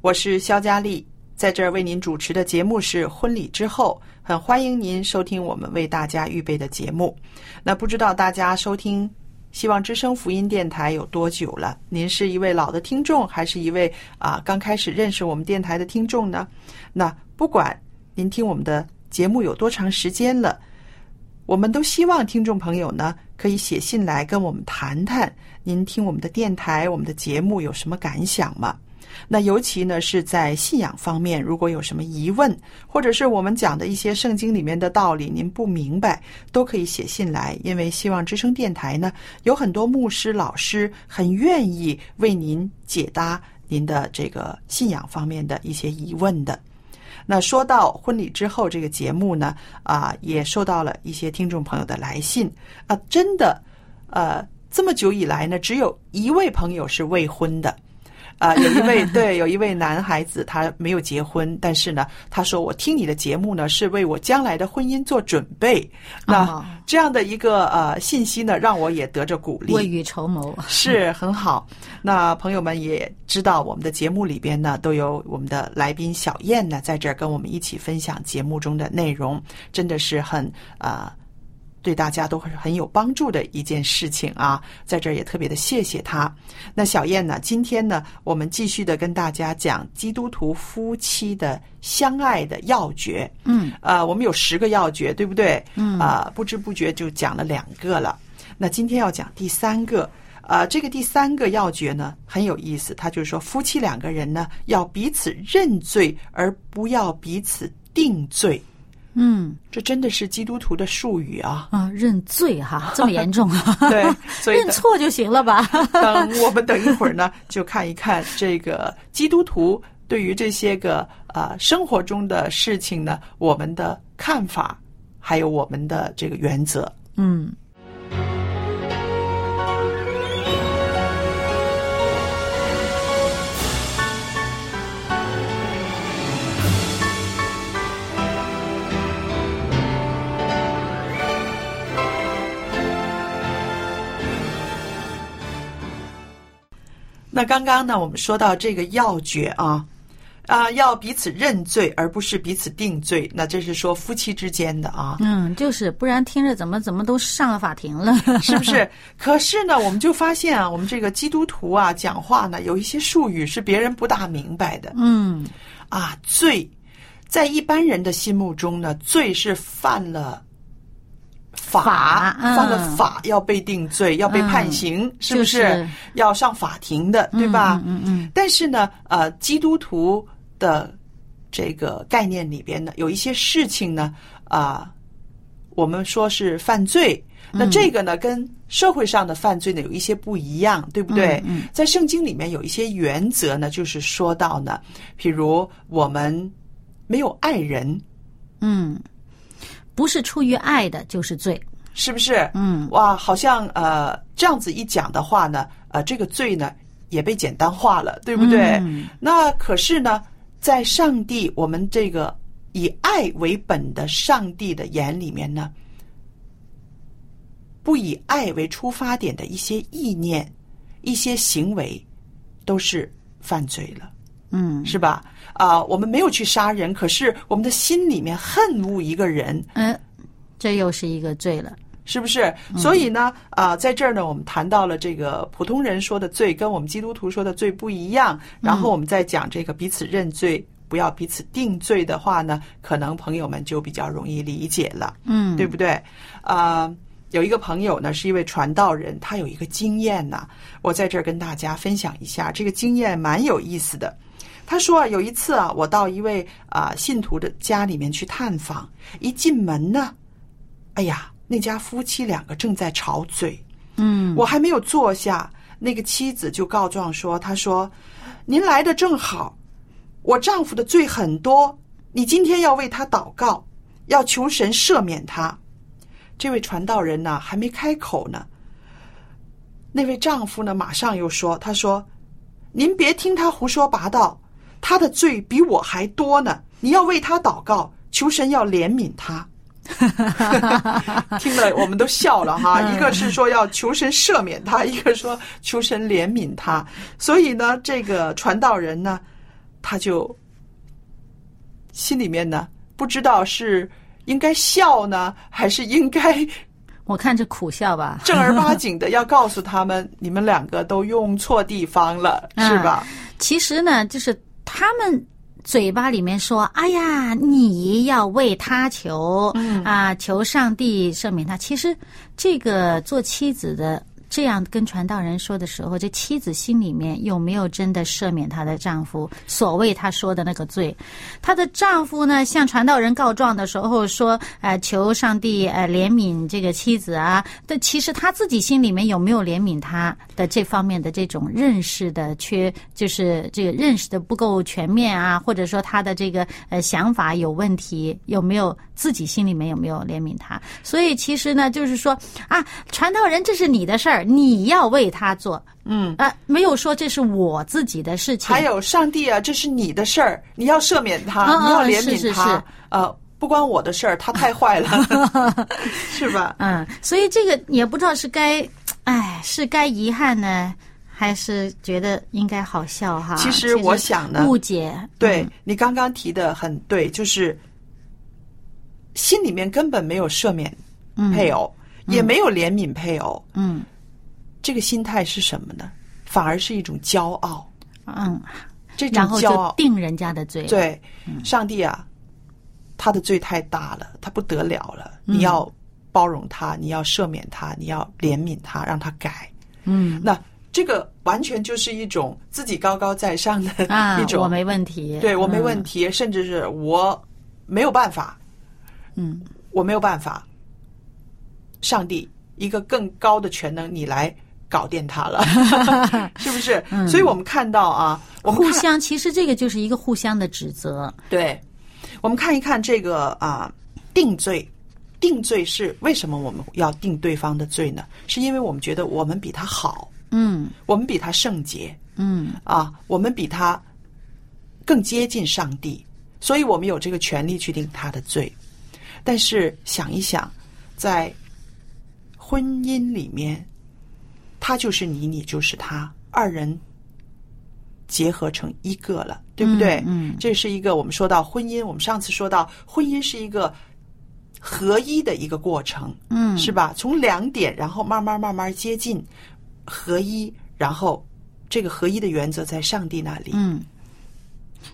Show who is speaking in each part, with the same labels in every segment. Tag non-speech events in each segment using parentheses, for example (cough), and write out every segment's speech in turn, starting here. Speaker 1: 我是肖佳丽，在这儿为您主持的节目是《婚礼之后》，很欢迎您收听我们为大家预备的节目。那不知道大家收听希望之声福音电台有多久了？您是一位老的听众，还是一位啊刚开始认识我们电台的听众呢？那不管您听我们的节目有多长时间了。我们都希望听众朋友呢，可以写信来跟我们谈谈，您听我们的电台、我们的节目有什么感想吗？那尤其呢是在信仰方面，如果有什么疑问，或者是我们讲的一些圣经里面的道理您不明白，都可以写信来，因为希望之声电台呢有很多牧师、老师很愿意为您解答您的这个信仰方面的一些疑问的。那说到婚礼之后这个节目呢，啊，也收到了一些听众朋友的来信啊，真的，呃，这么久以来呢，只有一位朋友是未婚的。啊，有一位对，有一位男孩子，他没有结婚，但是呢，他说我听你的节目呢，是为我将来的婚姻做准备。那
Speaker 2: 哦
Speaker 1: 这样的一个呃信息呢，让我也得着鼓励。
Speaker 2: 未雨绸缪，
Speaker 1: (laughs) 是很好。那朋友们也知道，我们的节目里边呢，都有我们的来宾小燕呢，在这儿跟我们一起分享节目中的内容，真的是很啊、呃对大家都是很有帮助的一件事情啊。在这儿也特别的谢谢她。那小燕呢，今天呢，我们继续的跟大家讲基督徒夫妻的相爱的要诀。
Speaker 2: 嗯，
Speaker 1: 呃，我们有十个要诀，对不对？嗯，啊、不知不觉就讲了两个了。那今天要讲第三个，呃，这个第三个要诀呢很有意思，它就是说夫妻两个人呢要彼此认罪，而不要彼此定罪。
Speaker 2: 嗯！
Speaker 1: 这真的是基督徒的术语啊
Speaker 2: (laughs) 啊，认罪
Speaker 1: (laughs)
Speaker 2: 哈，这么严重啊？
Speaker 1: 对，所以
Speaker 2: 认错就行了吧？
Speaker 1: 等我们等一会儿呢，就看一看这个基督徒对于这些个呃生活中的事情呢，我们的看法，还有我们的这个原则。
Speaker 2: 嗯，
Speaker 1: 那刚刚呢，我们说到这个要诀啊，啊，要彼此认罪，而不是彼此定罪。那这是说夫妻之间的
Speaker 2: (laughs)
Speaker 1: 啊，
Speaker 2: 嗯，就是，不然听着怎么怎么都上了法庭了。 (laughs)
Speaker 1: 是不是？可是呢，我们就发现啊，我们这个基督徒啊，讲话呢有一些术语是别人不大明白的
Speaker 2: 嗯，
Speaker 1: 啊。罪，在一般人的心目中呢，罪是犯了。法
Speaker 2: 法嗯
Speaker 1: 犯了法要被定罪，要被判刑，是不是？
Speaker 2: 就是
Speaker 1: 要上法庭的，对吧？
Speaker 2: 嗯嗯
Speaker 1: 但是呢，呃，基督徒的这个概念里边呢，有一些事情呢，啊、我们说是犯罪。
Speaker 2: 嗯
Speaker 1: 那这个呢，跟社会上的犯罪呢有一些不一样，对不对？
Speaker 2: 嗯
Speaker 1: 在圣经里面有一些原则呢，就是说到呢，比如我们没有爱人，
Speaker 2: 嗯，不是出于爱的就是罪。
Speaker 1: 是不是？
Speaker 2: 嗯
Speaker 1: 哇，好像呃这样子一讲的话呢，呃，这个罪呢也被简单化了，对不对？
Speaker 2: 嗯
Speaker 1: 那可是呢，在上帝我们这个以爱为本的上帝的眼里面呢，不以爱为出发点的一些意念、一些行为，都是犯罪了。
Speaker 2: 嗯，
Speaker 1: 是吧？啊、我们没有去杀人，可是我们的心里面恨恶一个人，
Speaker 2: 呃，这又是一个罪了。
Speaker 1: 是不是？所以呢，啊、在这儿呢，我们谈到了这个普通人说的罪跟我们基督徒说的罪不一样，然后我们再讲这个彼此认罪，不要彼此定罪的话呢，可能朋友们就比较容易理解了。
Speaker 2: 嗯，
Speaker 1: 对不对？啊、有一个朋友呢，是一位传道人，他有一个经验呐、我在这儿跟大家分享一下，这个经验蛮有意思的。他说啊，有一次啊，我到一位啊、信徒的家里面去探访，一进门呢，哎呀，那家夫妻两个正在吵嘴，
Speaker 2: 嗯
Speaker 1: 我还没有坐下，那个妻子就告状说：“她说，您来的正好，我丈夫的罪很多，你今天要为他祷告，要求神赦免他。”这位传道人呢，还没开口呢，那位丈夫呢，马上又说：“他说，您别听他胡说八道，他的罪比我还多呢，你要为他祷告，求神要怜悯他。”听了我们都笑了哈。
Speaker 2: 嗯
Speaker 1: 一个是说要求神赦免他， (laughs) 一个说求神怜悯他。所以呢，这个传道人呢，他就心里面呢不知道是应该笑呢，还是应该
Speaker 2: 我看这苦笑吧，
Speaker 1: 正儿八经的要告诉他们，你们两个都用错地方了，
Speaker 2: 嗯
Speaker 1: 是吧？
Speaker 2: 其实呢，就是他们嘴巴里面说：“哎呀，你要为他求、啊，求上帝赦免他。”其实，这个做妻子的这样跟传道人说的时候，这妻子心里面有没有真的赦免她的丈夫所谓她说的那个罪？她的丈夫呢，向传道人告状的时候说：“呃，求上帝呃怜悯这个妻子啊。”但其实他自己心里面有没有怜悯她的这方面的这种认识的缺，就是这个认识的不够全面啊，或者说他的这个呃想法有问题，有没有自己心里面有没有怜悯她？所以其实呢，就是说啊，传道人这是你的事儿，你要为他做，嗯，啊、没有说这是我自己的事情，
Speaker 1: 还有上帝啊，这是你的事儿，你要赦免他，
Speaker 2: 嗯嗯
Speaker 1: 你要怜悯他，
Speaker 2: 是是是
Speaker 1: 呃。不关我的事儿，他太
Speaker 2: (laughs)
Speaker 1: 坏了，是吧？
Speaker 2: 嗯，所以这个也不知道是该，哎，是该遗憾呢，还是觉得应该好笑哈？
Speaker 1: 其实我想呢
Speaker 2: 误解嗯
Speaker 1: 对你刚刚提的很对，就是心里面根本没有赦免配偶，也没有怜悯配偶，
Speaker 2: 嗯
Speaker 1: 这个心态是什么呢？反而是一种骄傲，
Speaker 2: 嗯，
Speaker 1: 这种
Speaker 2: 然后
Speaker 1: 骄
Speaker 2: 就
Speaker 1: 傲，
Speaker 2: 定嗯人家的罪，
Speaker 1: 对，上帝啊，他的罪太大了，他不得了了，
Speaker 2: 嗯
Speaker 1: 你要包容他，你要赦免他，你要怜悯他，让他改。
Speaker 2: 嗯
Speaker 1: 那这个完全就是一种自己高高在上的
Speaker 2: 啊
Speaker 1: (laughs) 一，种
Speaker 2: 我没问题，
Speaker 1: 对我没
Speaker 2: 嗯
Speaker 1: 问题，甚至是我没有办法，
Speaker 2: 嗯，
Speaker 1: 我没有办法。上帝，一个更高的全能，你来搞定他了， (laughs) 是不是？所以我们看到啊，嗯我们
Speaker 2: 互
Speaker 1: 看
Speaker 2: 相其实这个就是一个互相的指责，
Speaker 1: 对，我们看一看这个啊，定罪。定罪是为什么我们要定对方的罪呢？是因为我们觉得我们比他好，
Speaker 2: 嗯
Speaker 1: 我们比他圣洁，
Speaker 2: 嗯
Speaker 1: 啊，我们比他更接近上帝，所以我们有这个权利去定他的罪。但是想一想，在婚姻里面，他就是你，你就是他，二人结合成一个了，对不对？
Speaker 2: 嗯嗯
Speaker 1: 这是一个我们说到婚姻，我们上次说到婚姻是一个合一的一个过程，
Speaker 2: 嗯，
Speaker 1: 是吧？从两点，然后慢慢慢慢接近合一，然后这个合一的原则在上帝那里。
Speaker 2: 嗯，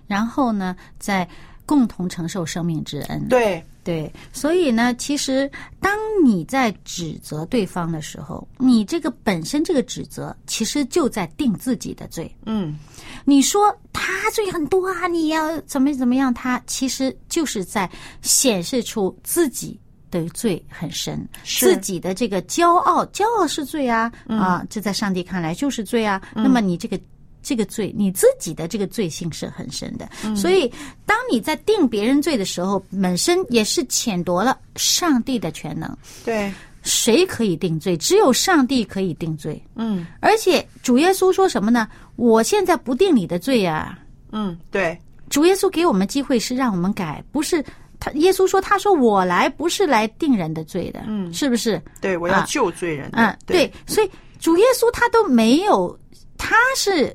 Speaker 2: 然后呢，再共同承受生命之恩，
Speaker 1: 对，
Speaker 2: 对，所以呢，其实当你在指责对方的时候，你这个本身这个指责，其实就在定自己的罪。
Speaker 1: 嗯，
Speaker 2: 你说他罪很多啊，你要怎么怎么样他，其实就是在显示出自己。的罪很深，
Speaker 1: 是
Speaker 2: 自己的这个骄傲，骄傲是罪啊、啊！这在上帝看来就是罪啊。那么你这个这个罪，你自己的这个罪性是很深的。所以，当你在定别人罪的时候，本身也是浅夺了上帝的全能。
Speaker 1: 对，
Speaker 2: 谁可以定罪？只有上帝可以定罪。
Speaker 1: 嗯
Speaker 2: 而且主耶稣说什么呢？我现在不定你的罪啊！
Speaker 1: 嗯，对，
Speaker 2: 主耶稣给我们机会是让我们改，不是他。耶稣说：“他说我来不是来定人的罪的，
Speaker 1: 嗯
Speaker 2: 是不是？
Speaker 1: 对我要
Speaker 2: 啊
Speaker 1: 救罪人的。
Speaker 2: 嗯，对。所以主耶稣他都没有，他是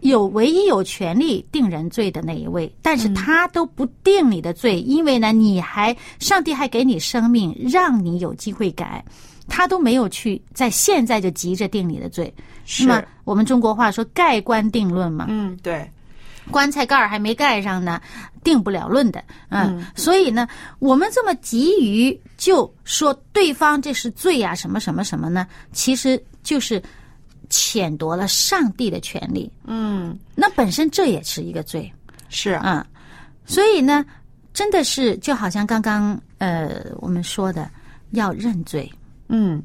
Speaker 2: 有唯一有权利定人罪的那一位，但是他都不定你的罪，因为呢，你还上帝还给你生命，让你有机会改，他都没有去在现在就急着定你的罪。
Speaker 1: 是
Speaker 2: 那，么我们中国话说盖棺定论嘛，
Speaker 1: 嗯，对，
Speaker 2: 棺材盖儿还没盖上呢，定不了论的。嗯，所以呢，我们这么急于就说对方这是罪啊，什么什么什么呢？其实就是抢夺了上帝的权利。
Speaker 1: 嗯，
Speaker 2: 那本身这也是一个罪。
Speaker 1: 是啊，
Speaker 2: 嗯，所以呢，真的是就好像刚刚呃我们说的，要认罪。
Speaker 1: 嗯。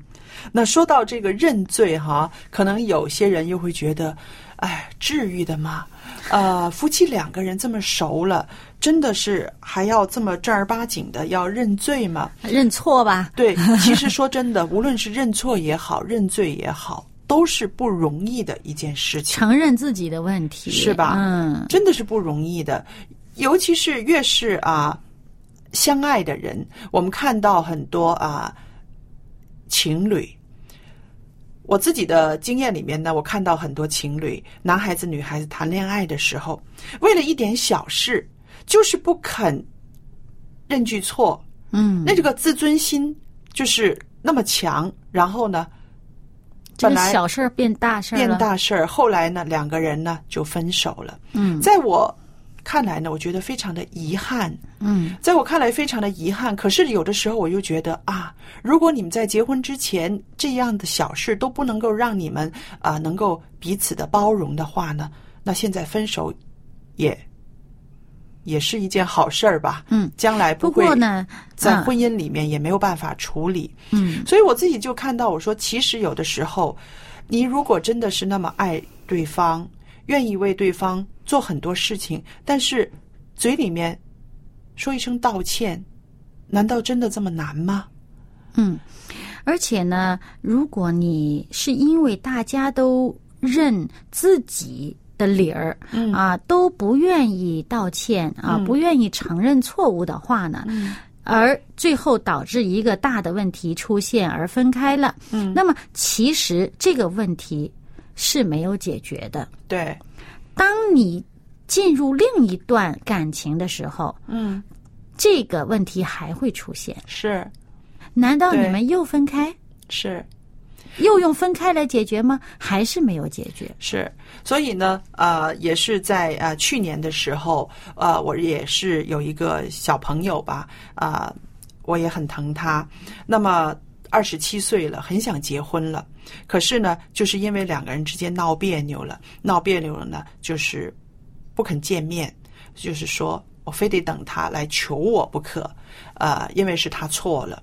Speaker 1: 那说到这个认罪哈，可能有些人又会觉得，哎，至于的吗？呃，夫妻两个人这么熟了，真的是还要这么正儿八经的要认罪吗？
Speaker 2: 认错吧，
Speaker 1: 对，其实说真的，无论是认错也好，认罪也好，都是不容易的一件事情，
Speaker 2: 承认自己的问题，
Speaker 1: 是吧
Speaker 2: 嗯，
Speaker 1: 真的是不容易的。尤其是越是啊相爱的人，我们看到很多啊情侣。我自己的经验里面呢，我看到很多情侣，男孩子、女孩子谈恋爱的时候，为了一点小事，就是不肯认句错，
Speaker 2: 嗯，
Speaker 1: 那这个自尊心就是那么强，然后呢，
Speaker 2: 这
Speaker 1: 本
Speaker 2: 个
Speaker 1: 来
Speaker 2: 小事儿变大事儿了，
Speaker 1: 变大事儿，后来呢，两个人呢就分手了。
Speaker 2: 嗯
Speaker 1: 在我看来呢，我觉得非常的遗憾。
Speaker 2: 嗯。
Speaker 1: 在我看来非常的遗憾，可是有的时候我又觉得啊，如果你们在结婚之前这样的小事都不能够让你们啊、能够彼此的包容的话呢，那现在分手也也是一件好事儿吧。
Speaker 2: 嗯，
Speaker 1: 将来不
Speaker 2: 不
Speaker 1: 会
Speaker 2: 过呢，
Speaker 1: 在
Speaker 2: 嗯
Speaker 1: 婚姻里面也没有办法处理。
Speaker 2: 嗯，
Speaker 1: 所以我自己就看到，我说其实有的时候，你如果真的是那么爱对方，愿意为对方做很多事情，但是嘴里面说一声道歉，难道真的这么难吗？
Speaker 2: 嗯，而且呢，如果你是因为大家都认自己的理儿，
Speaker 1: 嗯
Speaker 2: 啊，都不愿意道歉啊，不愿意承认错误的话呢，
Speaker 1: 嗯
Speaker 2: 而最后导致一个大的问题出现而分开了，
Speaker 1: 嗯
Speaker 2: 那么其实这个问题是没有解决的。
Speaker 1: 对，
Speaker 2: 当你进入另一段感情的时候，
Speaker 1: 嗯，
Speaker 2: 这个问题还会出现。
Speaker 1: 是
Speaker 2: 难道你
Speaker 1: 对
Speaker 2: 们又分开？
Speaker 1: 是。
Speaker 2: 又用分开来解决吗？还是没有解决？
Speaker 1: 是，所以呢，呃，也是在呃去年的时候，呃，我也是有一个小朋友吧，啊、我也很疼他。那么二十七岁了，很想结婚了，可是呢，就是因为两个人之间闹别扭了，闹别扭了呢，就是不肯见面，就是说我非得等他来求我不可，呃，因为是他错了。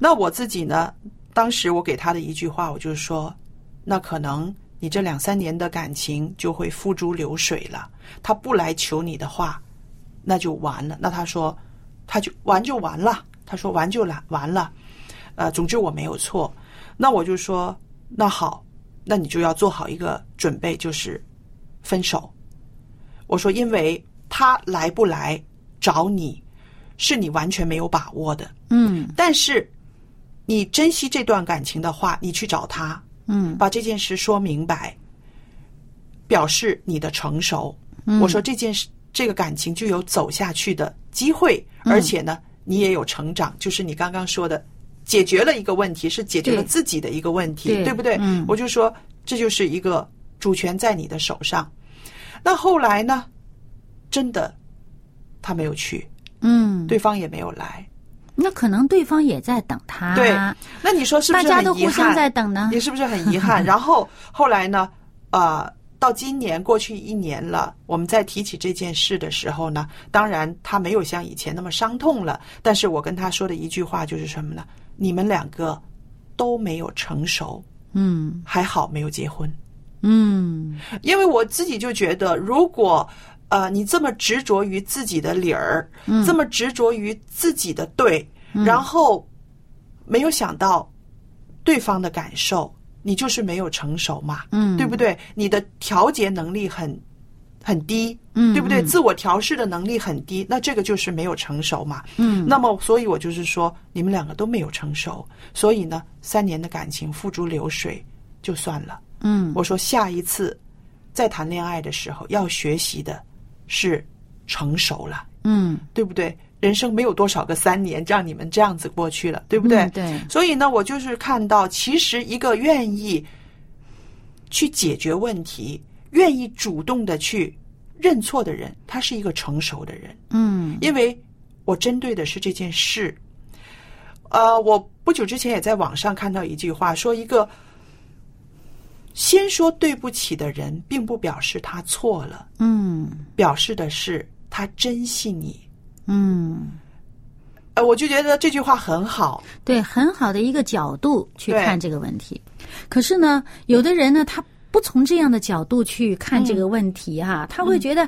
Speaker 1: 那我自己呢，当时我给他的一句话，我就是说，那可能你这两三年的感情就会付诸流水了。他不来求你的话，那就完了。那他说，他就完就完了。他说完就完完了。呃，总之我没有错。那我就说，那好，那你就要做好一个准备，就是分手。我说，因为他来不来找你，是你完全没有把握的。
Speaker 2: 嗯
Speaker 1: 但是你珍惜这段感情的话，你去找他，
Speaker 2: 嗯
Speaker 1: 把这件事说明白，表示你的成熟。
Speaker 2: 嗯
Speaker 1: 我说这件事，这个感情就有走下去的机会，
Speaker 2: 嗯
Speaker 1: 而且呢，你也有成长，就是你刚刚说的，解决了一个问题，是解决了
Speaker 2: 对
Speaker 1: 自己的一个问题，
Speaker 2: 对
Speaker 1: 对不对？
Speaker 2: 嗯
Speaker 1: 我就说这就是一个主权在你的手上。那后来呢？真的，他没有去，
Speaker 2: 嗯，
Speaker 1: 对方也没有来。
Speaker 2: 那可能对方也在等他，
Speaker 1: 对，那你说是不
Speaker 2: 大
Speaker 1: 是
Speaker 2: 家
Speaker 1: 很
Speaker 2: 都
Speaker 1: 遗
Speaker 2: 互相
Speaker 1: 憾？
Speaker 2: 在等呢
Speaker 1: 你。是不是很遗憾？然后后来呢，呃，到今年过去一年了，我们在提起这件事的时候呢，当然他没有像以前那么伤痛了，但是我跟他说的一句话就是什么呢？你们两个都没有成熟，
Speaker 2: 嗯
Speaker 1: 还好没有结婚。
Speaker 2: 嗯
Speaker 1: 因为我自己就觉得，如果呃你这么执着于自己的理儿，
Speaker 2: 嗯
Speaker 1: 这么执着于自己的对，然后没有想到对方的感受，你就是没有成熟嘛，
Speaker 2: 嗯
Speaker 1: 对不对？你的调节能力很很低，
Speaker 2: 嗯
Speaker 1: 对不对？
Speaker 2: 嗯
Speaker 1: 自我调试的能力很低，那这个就是没有成熟嘛。
Speaker 2: 嗯
Speaker 1: 那么，所以我就是说，你们两个都没有成熟，所以呢，三年的感情付诸流水就算了。
Speaker 2: 嗯
Speaker 1: 我说下一次再谈恋爱的时候，要学习的是成熟了，
Speaker 2: 嗯，
Speaker 1: 对不对？人生没有多少个三年让你们这样子过去了，对不对？
Speaker 2: 嗯对，
Speaker 1: 所以呢，我就是看到，其实一个愿意去解决问题、愿意主动的去认错的人，他是一个成熟的人。
Speaker 2: 嗯
Speaker 1: 因为我针对的是这件事。呃，我不久之前也在网上看到一句话，说一个先说对不起的人，并不表示他错了，
Speaker 2: 嗯
Speaker 1: 表示的是他珍惜你。
Speaker 2: 嗯，
Speaker 1: 呃，我就觉得这句话很好，
Speaker 2: 对，很好的一个角度去
Speaker 1: 对
Speaker 2: 看这个问题。可是呢，有的人呢，他不从这样的角度去看这个问题哈、
Speaker 1: 嗯
Speaker 2: 他会觉得、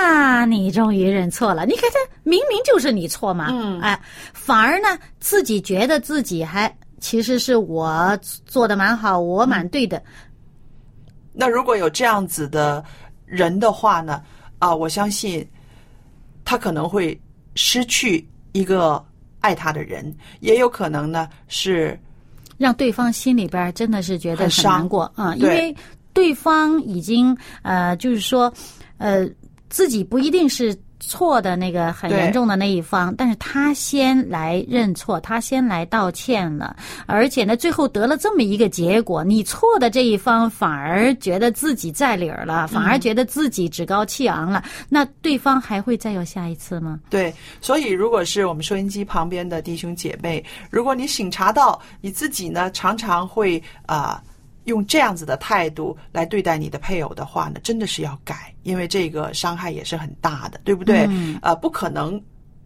Speaker 2: 啊，你终于认错了，你看这明明就是你错嘛，
Speaker 1: 嗯
Speaker 2: 哎，反而呢，自己觉得自己还其实是我做的蛮好，我
Speaker 1: 嗯
Speaker 2: 蛮对的，
Speaker 1: 那如果有这样子的人的话呢，啊、我相信他可能会失去一个爱他的人，也有可能呢是
Speaker 2: 让对方心里边儿真的是觉得
Speaker 1: 很
Speaker 2: 很
Speaker 1: 伤
Speaker 2: 难过啊、因
Speaker 1: 对
Speaker 2: 为对方已经呃，就是说呃，自己不一定是错的那个很
Speaker 1: 对
Speaker 2: 严重的那一方，但是他先来认错，他先来道歉了，而且呢，最后得了这么一个结果，你错的这一方反而觉得自己占理儿
Speaker 1: 嗯
Speaker 2: 了，反而觉得自己趾高气昂了，那对方还会再有下一次吗？
Speaker 1: 对，所以如果是我们收音机旁边的弟兄姐妹，如果你醒察到你自己呢，常常会啊、用这样子的态度来对待你的配偶的话呢，真的是要改，因为这个伤害也是很大的，对不对？
Speaker 2: 嗯
Speaker 1: 呃，不可能。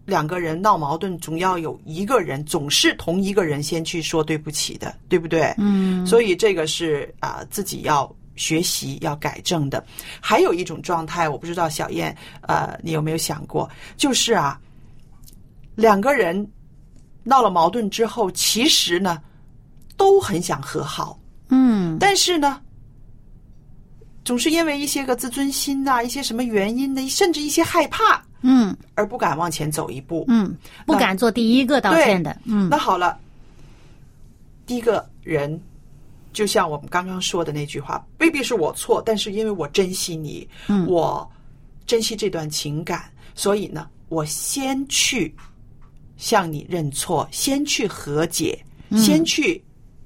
Speaker 1: 两个人闹矛盾，总要有一个人，总是同一个人先去说对不起的，对不对？
Speaker 2: 嗯
Speaker 1: 所以这个是啊、自己要学习要改正的。还有一种状态，我不知道小燕呃，你有没有想过，就是啊，两个人闹了矛盾之后，其实呢都很想和好，
Speaker 2: 嗯
Speaker 1: 但是呢。总是因为一些个自尊心呐、一些什么原因呢，甚至一些害怕
Speaker 2: 嗯
Speaker 1: 而不敢往前走一步。
Speaker 2: 嗯，不
Speaker 1: 那
Speaker 2: 敢做第一个道
Speaker 1: 对
Speaker 2: 歉的，嗯
Speaker 1: 那好了，第一个人，就像我们刚刚说的那句话，未必是我错，但是因为我珍惜你，
Speaker 2: 嗯
Speaker 1: 我珍惜这段情感，所以呢，我先去向你认错，先去和解，先去。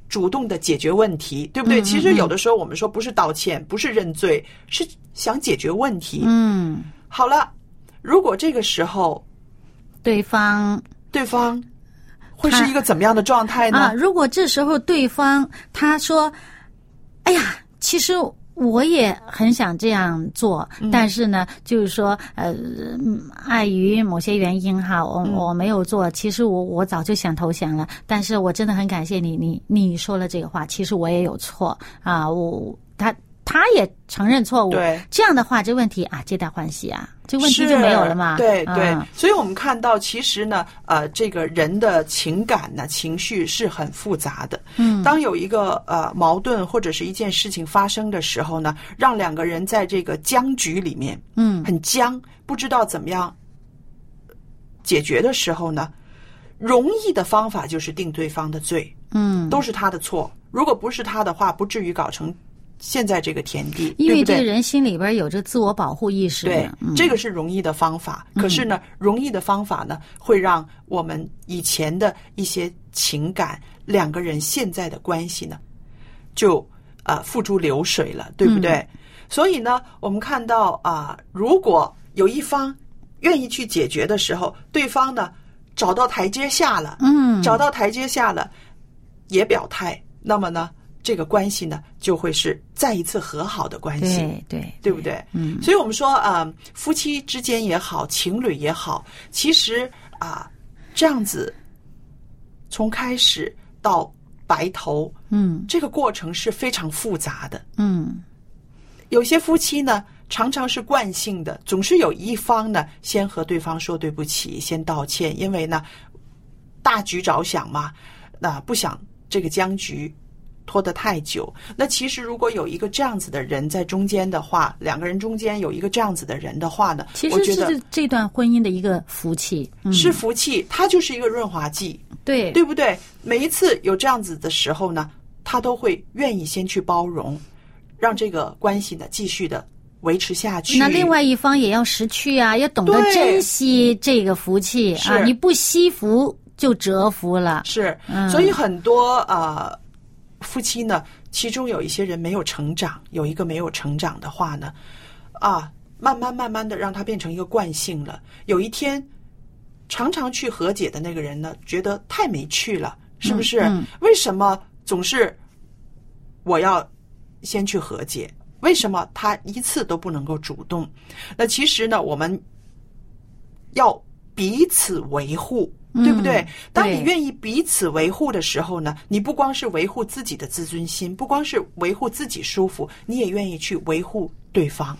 Speaker 1: 主动的解决问题，对不
Speaker 2: 嗯
Speaker 1: 对？
Speaker 2: 嗯嗯
Speaker 1: 其实有的时候我们说不是道歉，不是认罪，是想解决问题。
Speaker 2: 嗯。
Speaker 1: 好了，如果这个时候
Speaker 2: 对方
Speaker 1: 对方会是一个怎么样的状态呢？
Speaker 2: 啊，如果这时候对方他说：“哎呀，其实我也很想这样做，
Speaker 1: 嗯
Speaker 2: 但是呢，就是说，呃，嗯碍于某些原因哈，我、
Speaker 1: 嗯
Speaker 2: 我没有做。其实我我早就想投降了，但是我真的很感谢你，你你说了这个话，其实我也有错啊，我他。”他也承认错误
Speaker 1: 对，
Speaker 2: 这样的话，这问题啊，皆大欢喜啊，这问题
Speaker 1: 是
Speaker 2: 就没有了嘛。
Speaker 1: 对对、
Speaker 2: 嗯
Speaker 1: 所以我们看到，其实呢，呃，这个人的情感呢、情绪是很复杂的。
Speaker 2: 嗯
Speaker 1: 当有一个呃矛盾或者是一件事情发生的时候呢，让两个人在这个僵局里面
Speaker 2: 嗯
Speaker 1: 很僵，不知道怎么样解决的时候呢，容易的方法就是定对方的罪，
Speaker 2: 嗯，
Speaker 1: 都是他的错。如果不是他的话，不至于搞成现在这个田地，
Speaker 2: 因为
Speaker 1: 对不
Speaker 2: 这
Speaker 1: 对
Speaker 2: 个人心里边有着自我保护意识
Speaker 1: 对
Speaker 2: 的，，嗯
Speaker 1: 这个是容易的方法。可是呢，容易的方法呢，会让我们以前的一些情感，两个人现在的关系呢，就呃付诸流水了，对不对？
Speaker 2: 嗯
Speaker 1: 所以呢，我们看到啊、如果有一方愿意去解决的时候，对方呢找到台阶下了，
Speaker 2: 嗯
Speaker 1: 找到台阶下了，也表态，那么呢，这个关系呢就会是再一次和好的关系。
Speaker 2: 对对
Speaker 1: 对不对？
Speaker 2: 嗯，
Speaker 1: 所以我们说啊、呃夫妻之间也好，情侣也好，其实啊、这样子从开始到白头，
Speaker 2: 嗯
Speaker 1: 这个过程是非常复杂的。
Speaker 2: 嗯
Speaker 1: 有些夫妻呢，常常是惯性的，总是有一方呢先和对方说对不起，先道歉，因为呢大局着想嘛，那、不想这个僵局拖得太久。那其实如果有一个这样子的人在中间的话，两个人中间有一个这样子的人的话呢，
Speaker 2: 其
Speaker 1: 我
Speaker 2: 实
Speaker 1: 觉得
Speaker 2: 是这段婚姻的一个福气。嗯，
Speaker 1: 是福气，它就是一个润滑剂，
Speaker 2: 对
Speaker 1: 对不对？每一次有这样子的时候呢，他都会愿意先去包容，让这个关系呢继续的维持下去。
Speaker 2: 那另外一方也要识趣啊，要懂得
Speaker 1: 对
Speaker 2: 珍惜这个福气啊！
Speaker 1: 是
Speaker 2: 你不惜福就折福了。
Speaker 1: 是
Speaker 2: 嗯，
Speaker 1: 所以很多呃夫妻呢，其中有一些人没有成长，有一个没有成长的话呢，啊，慢慢慢慢的让它变成一个惯性了。有一天，常常去和解的那个人呢，觉得太没趣了，是不是？
Speaker 2: 嗯嗯
Speaker 1: 为什么总是我要先去和解？为什么他一次都不能够主动？那其实呢，我们要彼此维护，对不对？当你
Speaker 2: 嗯对
Speaker 1: 愿意彼此维护的时候呢，你不光是维护自己的自尊心，不光是维护自己舒服，你也愿意去维护对方。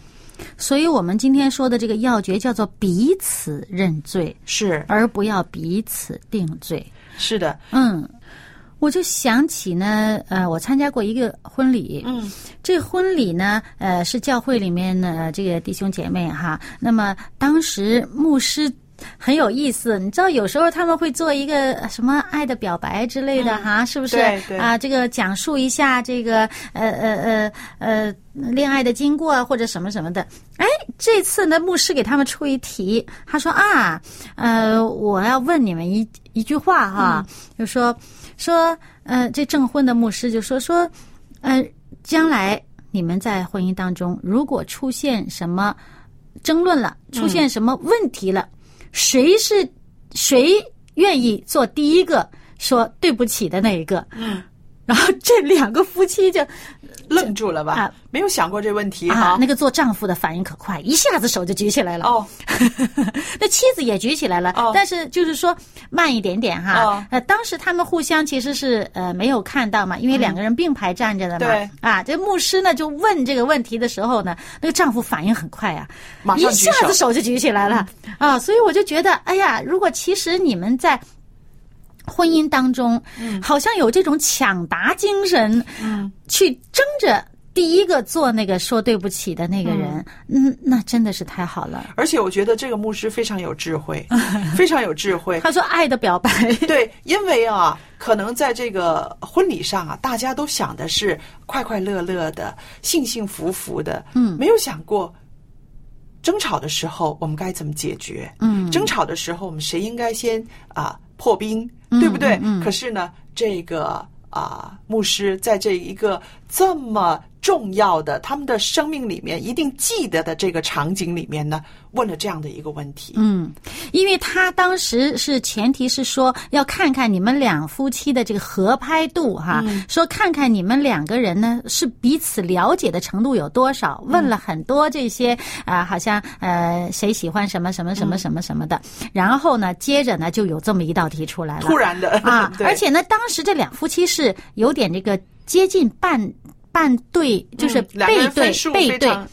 Speaker 2: 所以我们今天说的这个要诀叫做彼此认罪，
Speaker 1: 是
Speaker 2: 而不要彼此定罪。
Speaker 1: 是的，
Speaker 2: 嗯，我就想起呢，呃，我参加过一个婚礼，
Speaker 1: 嗯，
Speaker 2: 这婚礼呢，呃，是教会里面的、呃这个弟兄姐妹哈。那么当时牧师。很有意思，你知道，有时候他们会做一个呃什么爱的表白之类的哈，是不是？
Speaker 1: 嗯对对
Speaker 2: 啊，这个讲述一下这个呃呃呃呃恋爱的经过啊，或者什么什么的。哎，这次呢，牧师给他们出一题，他说啊，呃，我要问你们一一句话哈、
Speaker 1: 嗯
Speaker 2: 就说说呃，这证婚的牧师就说说，呃，将来你们在婚姻当中如果出现什么争论了，出现什么问题了，谁是谁愿意做第一个说对不起的那一个？嗯。然后这两个夫妻就
Speaker 1: 愣住了吧？
Speaker 2: 啊
Speaker 1: 没有想过这问题哈。
Speaker 2: 啊，那个做丈夫的反应可快，一下子手就举起来了。
Speaker 1: 哦，
Speaker 2: 那妻子也举起来了，
Speaker 1: 哦
Speaker 2: 但是就是说慢一点点哈。
Speaker 1: 哦
Speaker 2: 呃，当时他们互相其实是呃没有看到嘛，因为两个人并排站着的嘛。
Speaker 1: 嗯对
Speaker 2: 啊，这牧师呢就问这个问题的时候呢，那个丈夫反应很快啊，
Speaker 1: 马
Speaker 2: 一
Speaker 1: 上举
Speaker 2: 下
Speaker 1: 手嗯
Speaker 2: 子手就举起来了啊，所以我就觉得，哎呀，如果其实你们在。婚姻当中，
Speaker 1: 嗯
Speaker 2: 好像有这种抢答精神，去争着第一个做那个说对不起的那个人，嗯，那真的是太好了。
Speaker 1: 而且我觉得这个牧师非常有智
Speaker 2: (laughs)
Speaker 1: 慧，非常有智慧。
Speaker 2: 他说爱的表白，
Speaker 1: 对，因为啊，可能在这个婚礼上啊，大家都想的是快快乐乐的、幸幸福福的，嗯，没有想过争吵的时候我们该怎么解决，
Speaker 2: 嗯
Speaker 1: 争吵的时候我们谁应该先啊破冰，对不对？
Speaker 2: 嗯嗯
Speaker 1: 可是呢，这个啊牧师在这一个这么重要的他们的生命里面一定记得的这个场景里面呢，问了这样的一个问题，
Speaker 2: 嗯，因为他当时是前提是说要看看你们两夫妻的这个合拍度哈、
Speaker 1: 嗯
Speaker 2: 说看看你们两个人呢是彼此了解的程度有多少，
Speaker 1: 嗯
Speaker 2: 问了很多这些啊、好像呃谁喜欢什么什么
Speaker 1: 嗯
Speaker 2: 什么什么什么的，然后呢，接着呢就有这么一道题出来了，
Speaker 1: 突然的
Speaker 2: 啊
Speaker 1: (laughs) ，对
Speaker 2: 而且呢，当时这两夫妻是有点这个接近半半对，就是
Speaker 1: 嗯两个
Speaker 2: 背
Speaker 1: 人
Speaker 2: 对、
Speaker 1: 分数
Speaker 2: 背
Speaker 1: 非
Speaker 2: 对
Speaker 1: 常。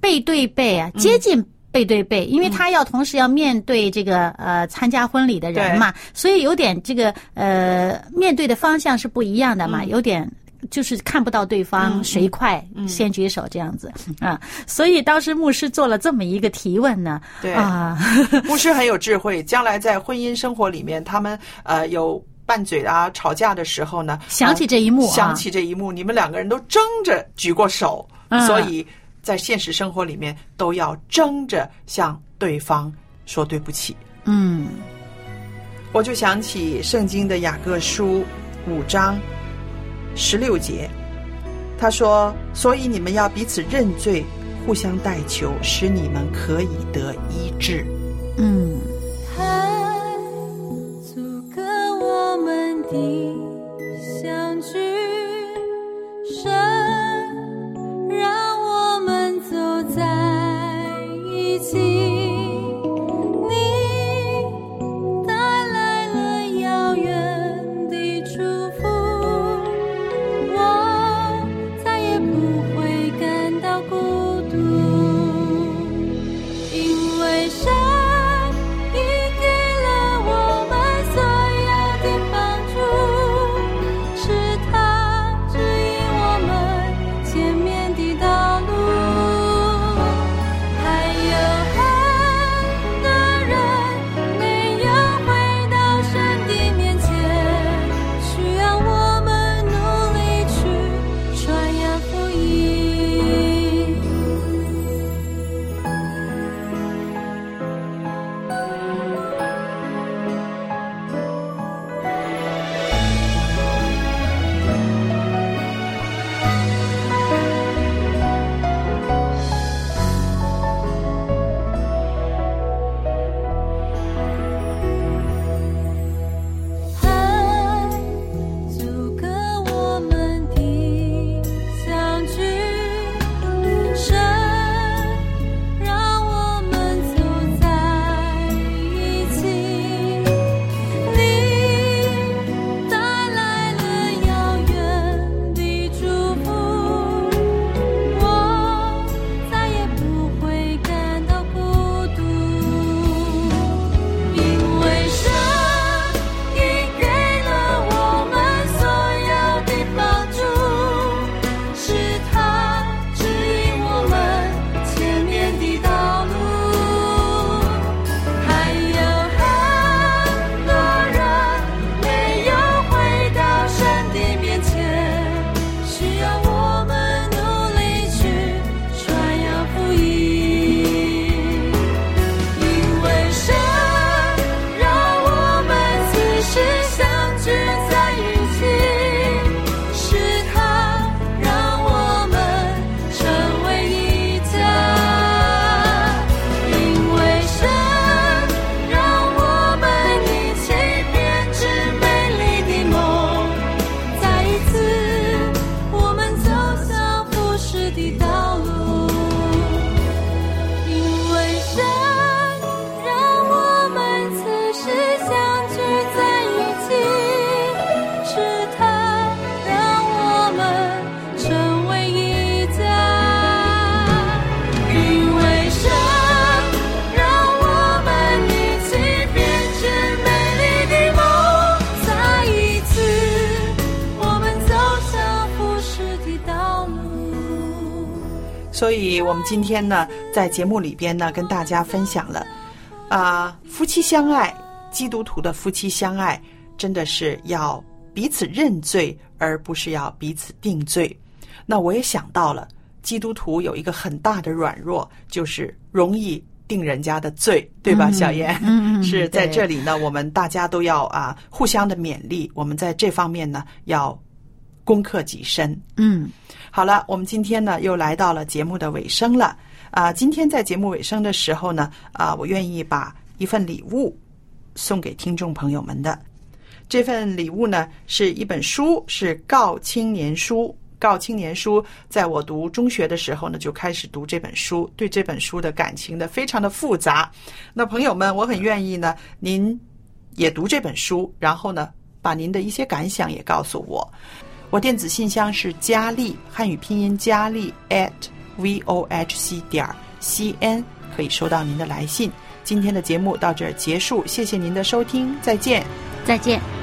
Speaker 2: 背对背啊，接近背对背，因为他要同时要面对这个呃参加婚礼的人嘛，所以有点这个呃面对的方向是不一样的嘛，有点。就是看不到对方谁快先举手这样子、啊，所以当时牧师做了这么一个提问呢，
Speaker 1: 对
Speaker 2: 啊， (laughs)
Speaker 1: 牧师很有智慧，将来在婚姻生活里面，他们呃有拌嘴啊、吵架的时候呢，
Speaker 2: 想起这一幕啊，
Speaker 1: 想起这一幕，你们两个人都争着举过手，
Speaker 2: 嗯
Speaker 1: 所以在现实生活里面都要争着向对方说对不起。
Speaker 2: 嗯。
Speaker 1: 我就想起圣经的雅各书五章十六节，他说：“所以你们要彼此认罪，互相代求，使你们可以得医治。”
Speaker 2: 嗯
Speaker 3: 它阻隔我们的相聚，神让我们走在一起。你带来了遥远的祝福，我再也不会感到孤独。因为神已给了我们所有的帮助，使
Speaker 1: 所以我们今天呢，在节目里边呢，跟大家分享了，啊、夫妻相爱，基督徒的夫妻相爱，真的是要彼此认罪，而不是要彼此定罪。那我也想到了，基督徒有一个很大的软弱，就是容易定人家的罪，对吧？小燕，
Speaker 2: 嗯嗯
Speaker 1: 是在
Speaker 2: 对
Speaker 1: 这里呢，我们大家都要啊，互相的勉励，我们在这方面呢，要攻克己身。
Speaker 2: 嗯，
Speaker 1: 好了，我们今天呢又来到了节目的尾声了啊、今天在节目尾声的时候呢，啊、我愿意把一份礼物送给听众朋友们的。这份礼物呢是一本书，是《告青年书》。《告青年书》在我读中学的时候呢，就开始读这本书，对这本书的感情呢非常的复杂。那朋友们，我很愿意呢，您也读这本书，然后呢，把您的一些感想也告诉我。我电子信箱是佳丽，汉语拼音佳丽 at v o h c 点 c n，可以收到您的来信。今天的节目到这儿结束，谢谢您的收听，再见。
Speaker 2: 再见。